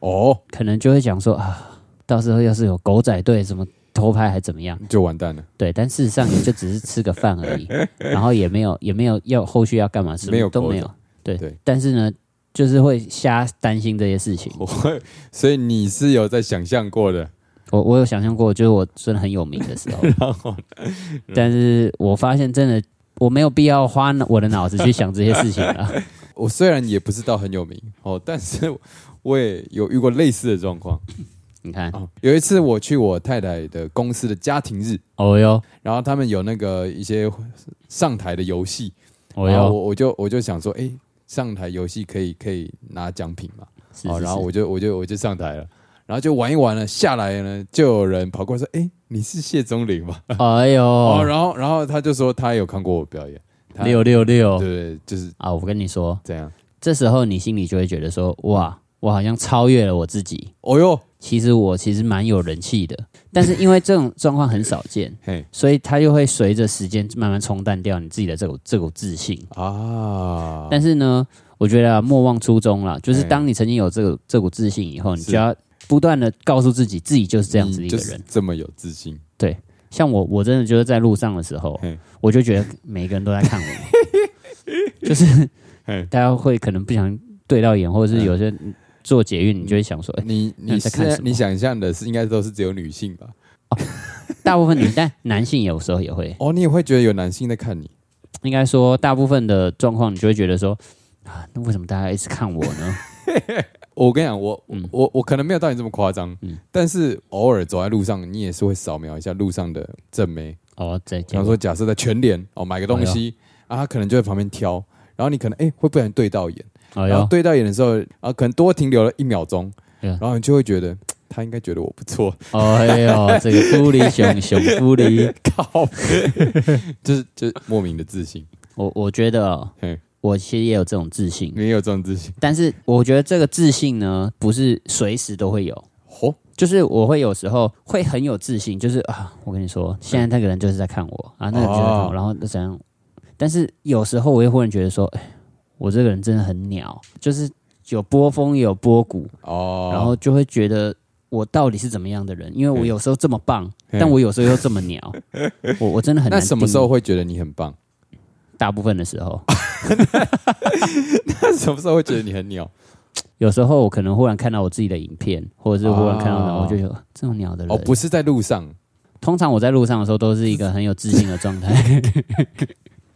Speaker 2: 哦，
Speaker 1: 可能就会讲说啊，到时候要是有狗仔队什么偷拍还怎么样？
Speaker 2: 就完蛋了，
Speaker 1: 对，但事实上也就只是吃个饭而 已，然后也没有也没有要后续要干嘛，什
Speaker 2: 没有
Speaker 1: 么都
Speaker 2: 狗
Speaker 1: 没
Speaker 2: 仔
Speaker 1: 有。对
Speaker 2: 对
Speaker 1: 但是呢，就是会瞎担心这些事情。
Speaker 2: 我会，所以你是有在想象过的，
Speaker 1: 我我有想象过，就是我真的很有名的时候，
Speaker 2: 嗯
Speaker 1: 但是我发现真的我没有必要花我的脑子去想这些事情啊 了。
Speaker 2: 我虽然也不是到很有名哦，但是 我也有遇过类似的状况。
Speaker 1: 你看，
Speaker 2: 哦，有一次我去我太太的公司的家庭日，
Speaker 1: 哦哟，
Speaker 2: 然后他们有那个一些上台的游戏，
Speaker 1: 哦
Speaker 2: 然后
Speaker 1: 哟，
Speaker 2: 我我就我就想说，哎、上台游戏可以可以拿奖品嘛？
Speaker 1: 是
Speaker 2: 哦，
Speaker 1: 是
Speaker 2: 然后
Speaker 1: 是
Speaker 2: 我就我就我就上台了，然后就玩一玩了，下来呢就有人跑过来说，哎、你是谢宗林吗？
Speaker 1: 哎
Speaker 2: 哦，
Speaker 1: 呦，
Speaker 2: 然后然后他就说他有看过我表演，他
Speaker 1: 六六六
Speaker 2: 对对，就是
Speaker 1: 啊！我跟你说，
Speaker 2: 这样。
Speaker 1: 这时候你心里就会觉得说，哇，我好像超越了我自己。
Speaker 2: 哦哟，
Speaker 1: 其实我其实蛮有人气的，但是因为这种状况很少见，
Speaker 2: 嘿
Speaker 1: 所以它就会随着时间慢慢冲淡掉你自己的这股这股自信。
Speaker 2: 啊，
Speaker 1: 但是呢，我觉得、啊、莫忘初衷啦，就是
Speaker 2: 哎
Speaker 1: 当你曾经有这个这股自信以后，你
Speaker 2: 是
Speaker 1: 就要不断的告诉自己，自己就是这样子的一
Speaker 2: 你
Speaker 1: 个
Speaker 2: 嗯就是
Speaker 1: 人。
Speaker 2: 这么有自信，
Speaker 1: 像我，我真的就是在路上的时候
Speaker 2: 嘿，
Speaker 1: 我就觉得每个人都在看我， 就是
Speaker 2: 嘿嗯
Speaker 1: 大家会可能不想对到眼，或者是有些做捷运，你就会想说，哎、
Speaker 2: 你
Speaker 1: 那
Speaker 2: 你
Speaker 1: 你在看
Speaker 2: 是
Speaker 1: 什么
Speaker 2: 你想象的是应该都是只有女性吧？
Speaker 1: 大部分女，但男性有时候也会，
Speaker 2: 哦，你也会觉得有男性在看你，
Speaker 1: 应该说大部分的状况，你就会觉得说啊，那为什么大家一直看我呢？
Speaker 2: 哦我跟你讲，我、
Speaker 1: 嗯
Speaker 2: 我我可能没有到你这么夸张，
Speaker 1: 嗯
Speaker 2: 但是偶尔走在路上，你也是会扫描一下路上的正妹，
Speaker 1: 哦，这
Speaker 2: 比方说假设在全联哦买个东西、啊，她可能就在旁边挑，然后你可能哎、会不小心对到眼，
Speaker 1: 哎
Speaker 2: 然后
Speaker 1: 呦，
Speaker 2: 对到眼的时候啊可能多停留了一秒钟，
Speaker 1: 嗯
Speaker 2: 然后你就会觉得嘖她应该觉得我 不错，
Speaker 1: 哎呦，这个狐狸熊熊狐狸，
Speaker 2: 靠， 就是就是莫名的自信，
Speaker 1: 我我觉得、哦
Speaker 2: 嘿，
Speaker 1: 我其实也有这种自信，
Speaker 2: 你也有这种 自信，
Speaker 1: 但是我觉得这个自信呢，不是随时都会有，
Speaker 2: 哦，
Speaker 1: 就是我会有时候会很有自信，就是啊，我跟你说，现在那个人就是在看我啊，那个人就是在看
Speaker 2: 哦
Speaker 1: 我，然后那怎样？但是有时候我会忽然觉得说，哎，我这个人真的很鸟，就是有波峰也有波谷，
Speaker 2: 哦，
Speaker 1: 然后就会觉得我到底是怎么样的人？因为我
Speaker 2: 嗯
Speaker 1: 有时候这么棒，
Speaker 2: 嗯
Speaker 1: 但我有时候又这么 鸟，我我真的很难。
Speaker 2: 那什么时候？会觉得你很棒？
Speaker 1: 大部分的时候，
Speaker 2: 那什么时候会觉得你 很鸟？
Speaker 1: 有时候我可能忽然看到我自己的影片，或者是忽然看到什么，
Speaker 2: 哦
Speaker 1: 我就觉得这种鸟的人。
Speaker 2: 哦，不是在路上，
Speaker 1: 通常我在路上的时候都是一个很有自信的状 态。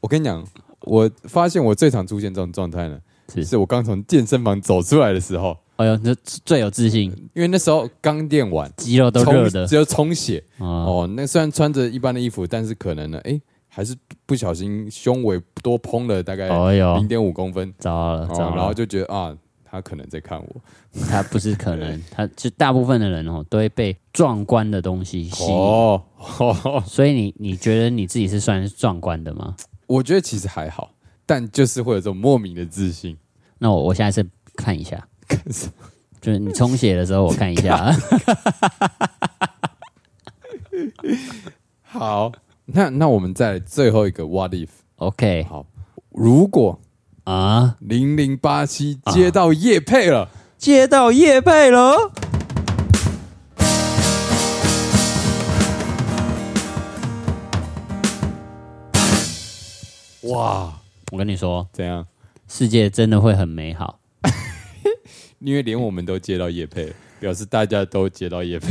Speaker 2: 我跟你讲，我发现我最常出现这种状态呢，
Speaker 1: 是
Speaker 2: 是我刚从健身房走出来的时候，
Speaker 1: 哎呦，这 最有自信，
Speaker 2: 因为那时候刚练完，
Speaker 1: 肌肉都热的
Speaker 2: 只有充血
Speaker 1: 哦，
Speaker 2: 哦。那虽然穿着一般的衣服，但是可能呢，哎，还是不小心胸围多嘭了大概
Speaker 1: 哎
Speaker 2: 零
Speaker 1: 呦，
Speaker 2: 点五公分，
Speaker 1: 糟了
Speaker 2: 哦
Speaker 1: 糟了，
Speaker 2: 然后就觉得啊，他可能在看我。
Speaker 1: 他不是可 能，他就大部分的人哦都会被壮观的东西吸引。
Speaker 2: 哦，哦
Speaker 1: 所以你你觉得你自己是算是壮观的吗？
Speaker 2: 我觉得其实还好，但就是会有这种莫名的自信。
Speaker 1: 那我我下一次看一下，
Speaker 2: 干什么
Speaker 1: 就是你充血的时候我看一 下。
Speaker 2: 好，那那我们再来最后一个 what if？
Speaker 1: OK
Speaker 2: 好，如果
Speaker 1: 啊，
Speaker 2: 零零八七接到叶配了，
Speaker 1: 接到叶配了。
Speaker 2: 哇，
Speaker 1: 我跟你说，
Speaker 2: 怎样？
Speaker 1: 世界真的会很美好。
Speaker 2: 因为连我们都接到叶配，表示大家都接到叶配。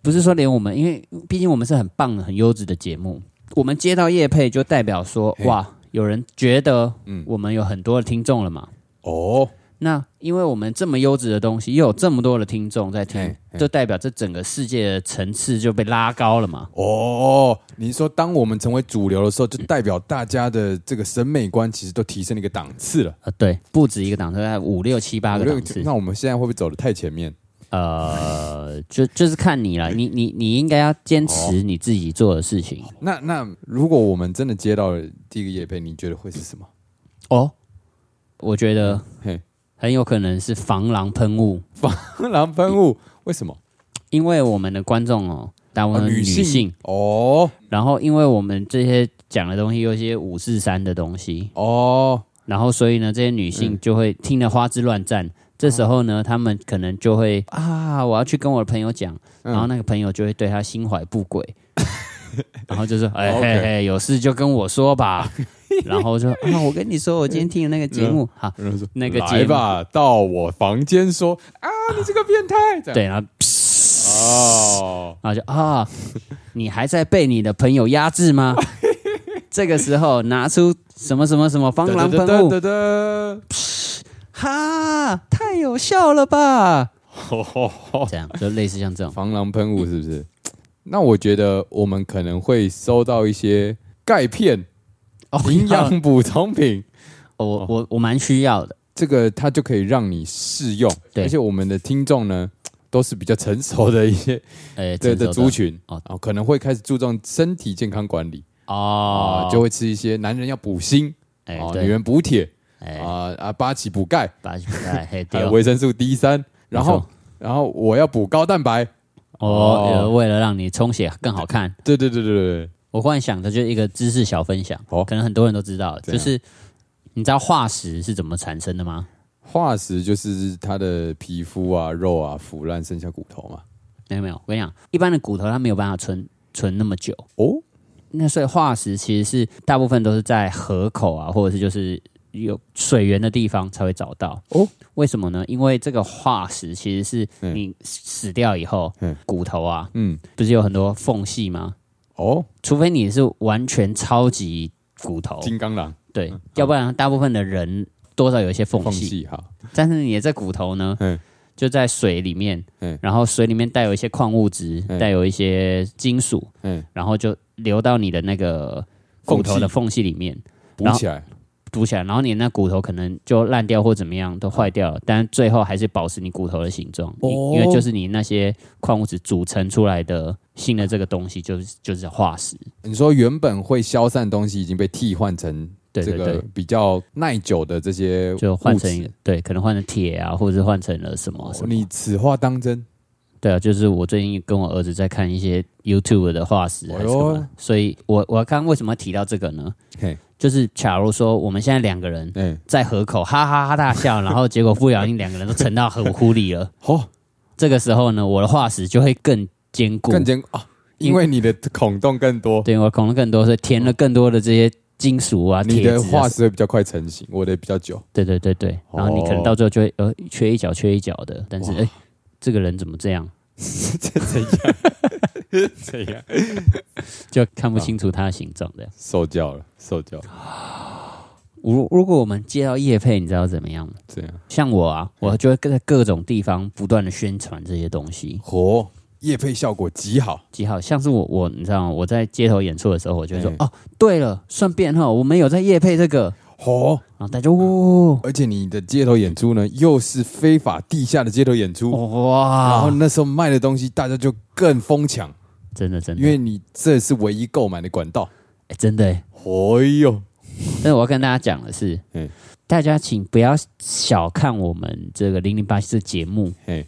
Speaker 1: 不是说连我们，因为毕竟我们是很棒的、很优质的节目，我们接到业配就代表说，
Speaker 2: 嘿
Speaker 1: 哇，有人觉得
Speaker 2: 嗯
Speaker 1: 我们有很多的听众了嘛。
Speaker 2: 哦，
Speaker 1: 那因为我们这么优质的东西，又有这么多的听众在听
Speaker 2: 嘿，嘿
Speaker 1: 就代表这整个世界的层次就被拉高了嘛。
Speaker 2: 哦，你说当我们成为主流的时候，就代表大家的这个审美观其实都提升了一个档次了。
Speaker 1: 呃，对，不止一个档次，大概五六七八个档次。
Speaker 2: 那我们现在会不会走的太前面？
Speaker 1: 呃，就就是看你了，你你你应该要坚持你自己做的事情
Speaker 2: 那那如果我们真的接到了第一个叶配，你觉得会是什么？
Speaker 1: 哦。我觉得
Speaker 2: 嗯嘿，
Speaker 1: 很有可能是防狼喷雾，
Speaker 2: 狼喷雾为什么？
Speaker 1: 因为我们的观众哦，大部分都是女性，
Speaker 2: 哦
Speaker 1: 然后因为我们这些讲的东西有一些五四三的东西，
Speaker 2: 哦，
Speaker 1: 然后所以呢，这些女
Speaker 2: 嗯
Speaker 1: 性就会听得花枝乱颤。这时候呢，她们可能就会啊，我要去跟我的朋友讲，
Speaker 2: 嗯
Speaker 1: 然后那个朋友就会对她心怀不 轨，然后就说：“哎
Speaker 2: 哦 OK
Speaker 1: 嘿嘿，有事就跟我说吧。”然后就啊，我跟你说，我今天听的那个节目，好，
Speaker 2: 有人嗯说
Speaker 1: 那个节
Speaker 2: 来
Speaker 1: 目
Speaker 2: 吧，到我房间说啊，你这个变态，这样
Speaker 1: 对，然后
Speaker 2: 哦，
Speaker 1: 然后就啊， 你还在被你的朋友压制 吗？这个时候拿出什么什么什么防狼喷雾，
Speaker 2: 哒哒
Speaker 1: 哈，太有效了吧？
Speaker 2: 哦哒，
Speaker 1: 这样就类似像这种，
Speaker 2: 防狼喷雾是不是？那我觉得我们可能会收到一些钙片、
Speaker 1: 哦
Speaker 2: 营养补充品，
Speaker 1: 哦我我我蛮需要的，
Speaker 2: 这个它就可以让你试用。
Speaker 1: 对
Speaker 2: 而且我们的听众呢，都是比较成熟的一些
Speaker 1: 呃，
Speaker 2: 对
Speaker 1: 成熟
Speaker 2: 的
Speaker 1: 的
Speaker 2: 族群
Speaker 1: 哦
Speaker 2: 哦，可能会开始注重身体健康管理
Speaker 1: 哦
Speaker 2: 啊，，就会吃一些男人要补锌
Speaker 1: 哎
Speaker 2: 哦，女
Speaker 1: 对，
Speaker 2: 人补铁
Speaker 1: 哎，
Speaker 2: 啊啊，八旗补钙，
Speaker 1: 把哎嘿
Speaker 2: 还
Speaker 1: 对
Speaker 2: 有
Speaker 1: 哦
Speaker 2: 维生素 D 三，然
Speaker 1: 没
Speaker 2: 后
Speaker 1: 错
Speaker 2: 然后我要补高蛋白，
Speaker 1: 哦，
Speaker 2: 哦
Speaker 1: 呃为了让你充血更好看，
Speaker 2: 对对对对对对，
Speaker 1: 我忽然想的就是一个知识小分享，
Speaker 2: 哦啊
Speaker 1: 可能很多人都知道，
Speaker 2: 怎
Speaker 1: 就
Speaker 2: 样
Speaker 1: 是你知道化石是怎么产生的吗？
Speaker 2: 化石就是它的皮肤啊、肉啊腐烂剩下骨头嘛。
Speaker 1: 没有没有，我跟你讲，一般的骨头它没有办法存存那么久，
Speaker 2: 哦，
Speaker 1: 那所以化石其实是大部分都是在河口啊，或者是就是有水源的地方才会找到。
Speaker 2: 哦，
Speaker 1: 为什么呢？因为这个化石其实是你死掉以后，
Speaker 2: 嗯
Speaker 1: 骨头啊，
Speaker 2: 嗯，
Speaker 1: 不是有很多缝隙吗？
Speaker 2: 哦，
Speaker 1: 除非你是完全超级骨头，
Speaker 2: 金刚狼
Speaker 1: 对，要不然大部分的人多少有一些缝
Speaker 2: 缝
Speaker 1: 隙，
Speaker 2: 隙哈，
Speaker 1: 但是你的这骨头呢，
Speaker 2: 嗯
Speaker 1: 就在水里面，
Speaker 2: 嗯
Speaker 1: 然后水里面带有一些矿物质，
Speaker 2: 嗯
Speaker 1: 带有一些金属，
Speaker 2: 嗯，
Speaker 1: 然后就流到你的那个骨头的缝隙里面，
Speaker 2: 补
Speaker 1: 然后
Speaker 2: 起来。
Speaker 1: 堵起来，然后你那骨头可能就烂掉或怎么样都坏掉了，但最后还是保持你骨头的形状，因
Speaker 2: 哦
Speaker 1: 因为就是你那些矿物质组成出来的新的这个东西，就是就是化石。
Speaker 2: 你说原本会消散的东西已经被替换成
Speaker 1: 对
Speaker 2: 这
Speaker 1: 对
Speaker 2: 个
Speaker 1: 对，
Speaker 2: 比较耐久的这些
Speaker 1: 就换成
Speaker 2: 物质
Speaker 1: 对，可能换成铁啊，或者是换成了什么什
Speaker 2: 哦
Speaker 1: 么。
Speaker 2: 你此话当真？
Speaker 1: 对啊，就是我最近跟我儿子在看一些 YouTube 的化石还是什么
Speaker 2: 哎呦
Speaker 1: 的，所以我我刚刚为什么要提到这个呢？
Speaker 2: 嘿，
Speaker 1: 就是假如说我们现在两个人
Speaker 2: 哎，
Speaker 1: 在河口哈哈哈大笑，然后结果不小心两个人都沉到河湖里 了。
Speaker 2: 好，
Speaker 1: 这个时候呢，我的化石就会更坚固，
Speaker 2: 更坚啊，因
Speaker 1: 因
Speaker 2: 为你的孔洞更多，
Speaker 1: 对我孔了更多，所以填了更多的这些金属啊、
Speaker 2: 你
Speaker 1: 铁
Speaker 2: 的
Speaker 1: 质啊
Speaker 2: 化，石会比较快成型，我的比 较久。
Speaker 1: 对对对对，然后你可能到最后就会呃缺一角缺一角的，但是
Speaker 2: 哇
Speaker 1: 哎，这个人怎么这样，
Speaker 2: 这怎样？ 怎样？
Speaker 1: 就看不清楚他的形状这样。
Speaker 2: 受教了，受教了，哦
Speaker 1: 如如果我们接到叶配，你知道怎么样吗？
Speaker 2: 这样。
Speaker 1: 像我啊，我就会在各种地方不断的宣传这些东西。
Speaker 2: 哦，夜配效果极好。
Speaker 1: 记号，像是我我你知道吗？我在街头演出的时候，我就会说、
Speaker 2: 哎
Speaker 1: 哦，对了，顺便哈，我们有在夜配这个，
Speaker 2: 哦，
Speaker 1: 然后大家哦
Speaker 2: 而且你的街头演出呢，又是非法地下的街头演
Speaker 1: 哦
Speaker 2: 出，然后
Speaker 1: 哇，
Speaker 2: 那时候卖的东西大家就更疯抢，
Speaker 1: 真的真的，
Speaker 2: 因为你这是唯一购买的管道。
Speaker 1: 哎真的哎，
Speaker 2: 哦哟，
Speaker 1: 但是我要跟大家讲的是，
Speaker 2: 嗯
Speaker 1: 大家请不要小看我们这个零零八这节目，
Speaker 2: 嘿，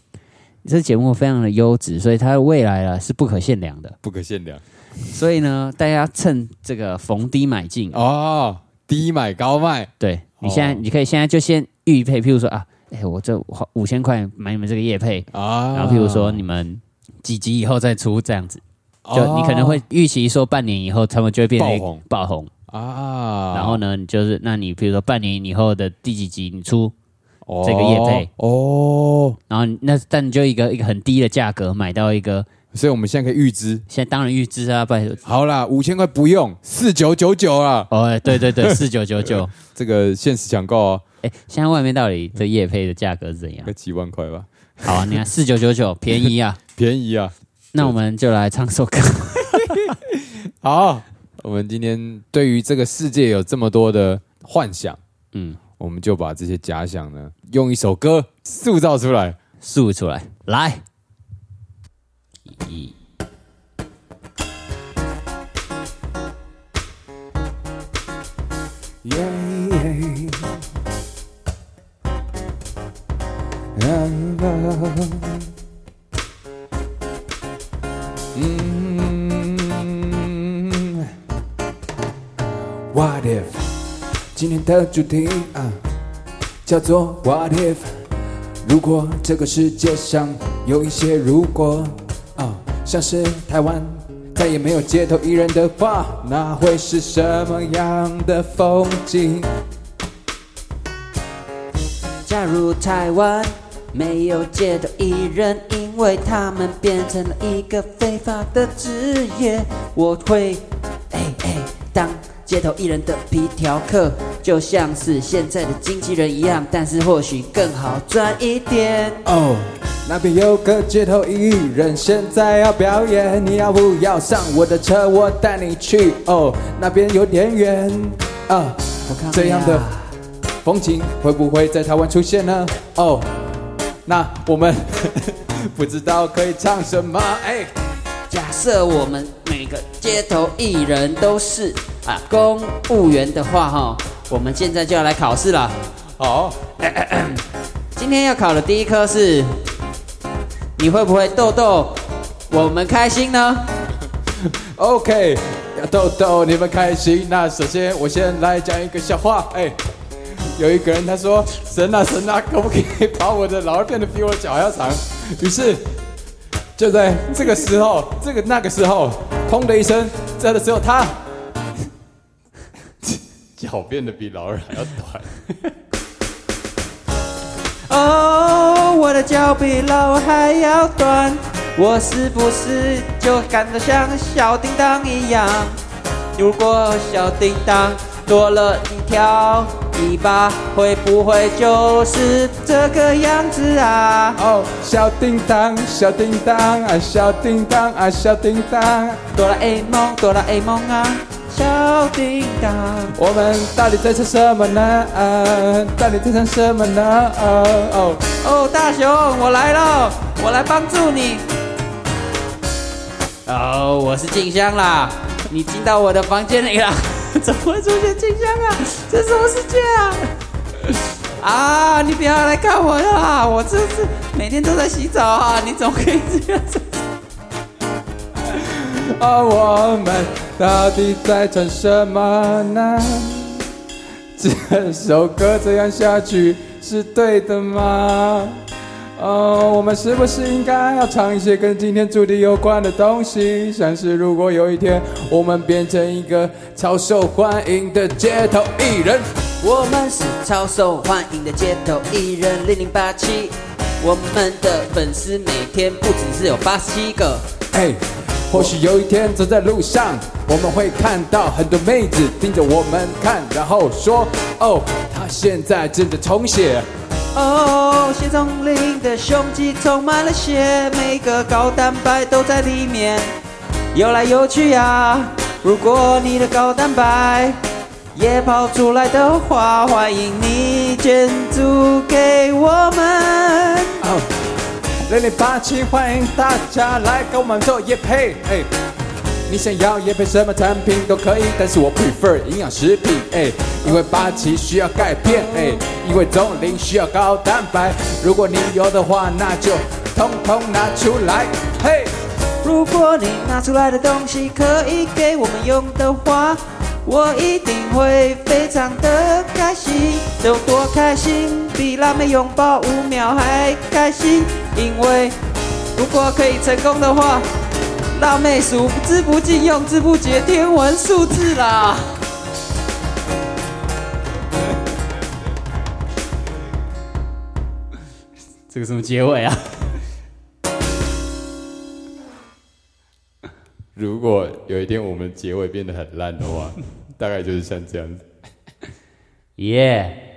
Speaker 1: 这节目非常的优质，所以它的未来啊是不可限量的。
Speaker 2: 不可限量
Speaker 1: 所以呢，大家趁这个逢低买进，
Speaker 2: 哦，低买高卖，
Speaker 1: 对你现在、
Speaker 2: 哦
Speaker 1: 你可以现在就先预配，譬如说啊，哎、我这花五千块买你们这个夜配，
Speaker 2: 啊，
Speaker 1: 然后譬如说你们几集以后再出这样子，
Speaker 2: 哦，
Speaker 1: 就你可能会预期说半年以后他们就会变
Speaker 2: 爆
Speaker 1: 成
Speaker 2: 红
Speaker 1: 爆红，
Speaker 3: 啊，
Speaker 1: 然后呢，你就是那你比如说半年以后的第几集你出，
Speaker 3: 哦
Speaker 1: 这个业配
Speaker 3: 哦，
Speaker 1: 然后你那但你就一个一个很低的价格买到一个，
Speaker 3: 所以我们现在可以预支。
Speaker 1: 现在当然预支啊，拜托。
Speaker 3: 好啦，五千块不用，四九九九啊，
Speaker 1: 哦，对对对，四九九九。
Speaker 3: 这个限时抢购哦，
Speaker 1: 哎，现在外面到底这夜配的价格是怎
Speaker 3: 应
Speaker 1: 样
Speaker 3: 该？几万块吧，
Speaker 1: 好啊，你看四九九九便宜 啊。
Speaker 3: 便宜啊。
Speaker 1: 那我们就来唱首歌。
Speaker 3: 好，我们今天对于这个世界有这么多的幻想，
Speaker 1: 嗯，
Speaker 3: 我们就把这些假想呢，用一首歌塑造出来。
Speaker 1: 竖出来，来。一
Speaker 2: 耶啊嗯，What if？今天的主题啊，叫做 What if？如果这个世界上有一些如果啊，像是台湾再也没有街头艺人的话，那会是什么样的风景？
Speaker 4: 假如台湾没有街头艺人，因为他们变成了一个非法的职业，我会，哎哎，当街头艺人的皮条客，就像是现在的经纪人一样，但是或许更好赚一点。
Speaker 2: 哦，那边有个街头艺人，现在要表演，你要不要上我的车？我带你去。哦，那边有点远啊
Speaker 4: 我看看呀，
Speaker 2: 这样的风景会不会在台湾出现呢？哦，那我们 不知道可以唱什么，哎。
Speaker 4: 假设我们每个街头艺人都是啊公务员的话，哈，我们现在就要来考试了。
Speaker 2: 好，
Speaker 4: 今天要考的第一科是，你会不会逗逗我们开心呢？
Speaker 2: OK，豆豆你们开心。那首先我先来讲一个笑话。哎，有一个人他说：“神啊神啊，可不可以把我的老二变得比我脚还要长？”于是就在这个时候，这个那个时候，砰的一声，真的只有他
Speaker 3: 脚变得比老二还要短，
Speaker 4: 哦，我的脚比老还要短，我是不是就感得像小叮当一样？如果小叮当多了一条尾巴，会不会就是这个样子啊？
Speaker 2: 哦，小叮当，小叮当啊，小叮当啊，小叮当，
Speaker 4: 哆啦 A 梦，哆啦 A 梦啊，小叮当。
Speaker 2: 我们到底在唱什么呢？啊，到底在唱什么呢？哦哦。
Speaker 4: 哦，大雄，我来了，我来帮助你。哦，我是静香啦，你进到我的房间里了，怎么会出现静香啊？这什么世界啊？啊，你不要来看我啦，我这是每天都在洗澡啊，你怎么可以这样子？
Speaker 2: 啊，我们到底在唱什么呢？这首歌这样下去是对的吗？哦，我们是不是应该要唱一些跟今天主题有关的东西？像是如果有一天我们变成一个超受欢迎的街头艺人，
Speaker 4: 我们是超受欢迎的街头艺人零零八七，我们的粉丝每天不只是有八十七个。
Speaker 2: 哎，或许有一天走在路上，我们会看到很多妹子盯着我们看，然后说：“哦，他现在正在重写。”
Speaker 4: 哦，血中淋的胸肌充满了血，每个高蛋白都在里面游来游去呀、如果你的高蛋白也跑出来的话，欢迎你捐助给我们。
Speaker 2: 嗯零零八七，欢迎大家来跟我们做夜配。哎，你想要夜配什么产品都可以，但是我 prefer 营养食品。哎，因为八七需要钙片，哎，因为中磷需要高蛋白。如果你有的话，那就通通拿出来。嘿，
Speaker 4: 如果你拿出来的东西可以给我们用的话，我一定会非常的开心。有多开心？比辣妹拥抱五秒还开心，因为如果可以成功的话，辣妹数之不尽，用之不竭，天文数字啦。
Speaker 1: 这个什么结尾啊？
Speaker 5: 如果有一天 我们结尾变得很烂的话，大概就是像这样子。
Speaker 1: 耶、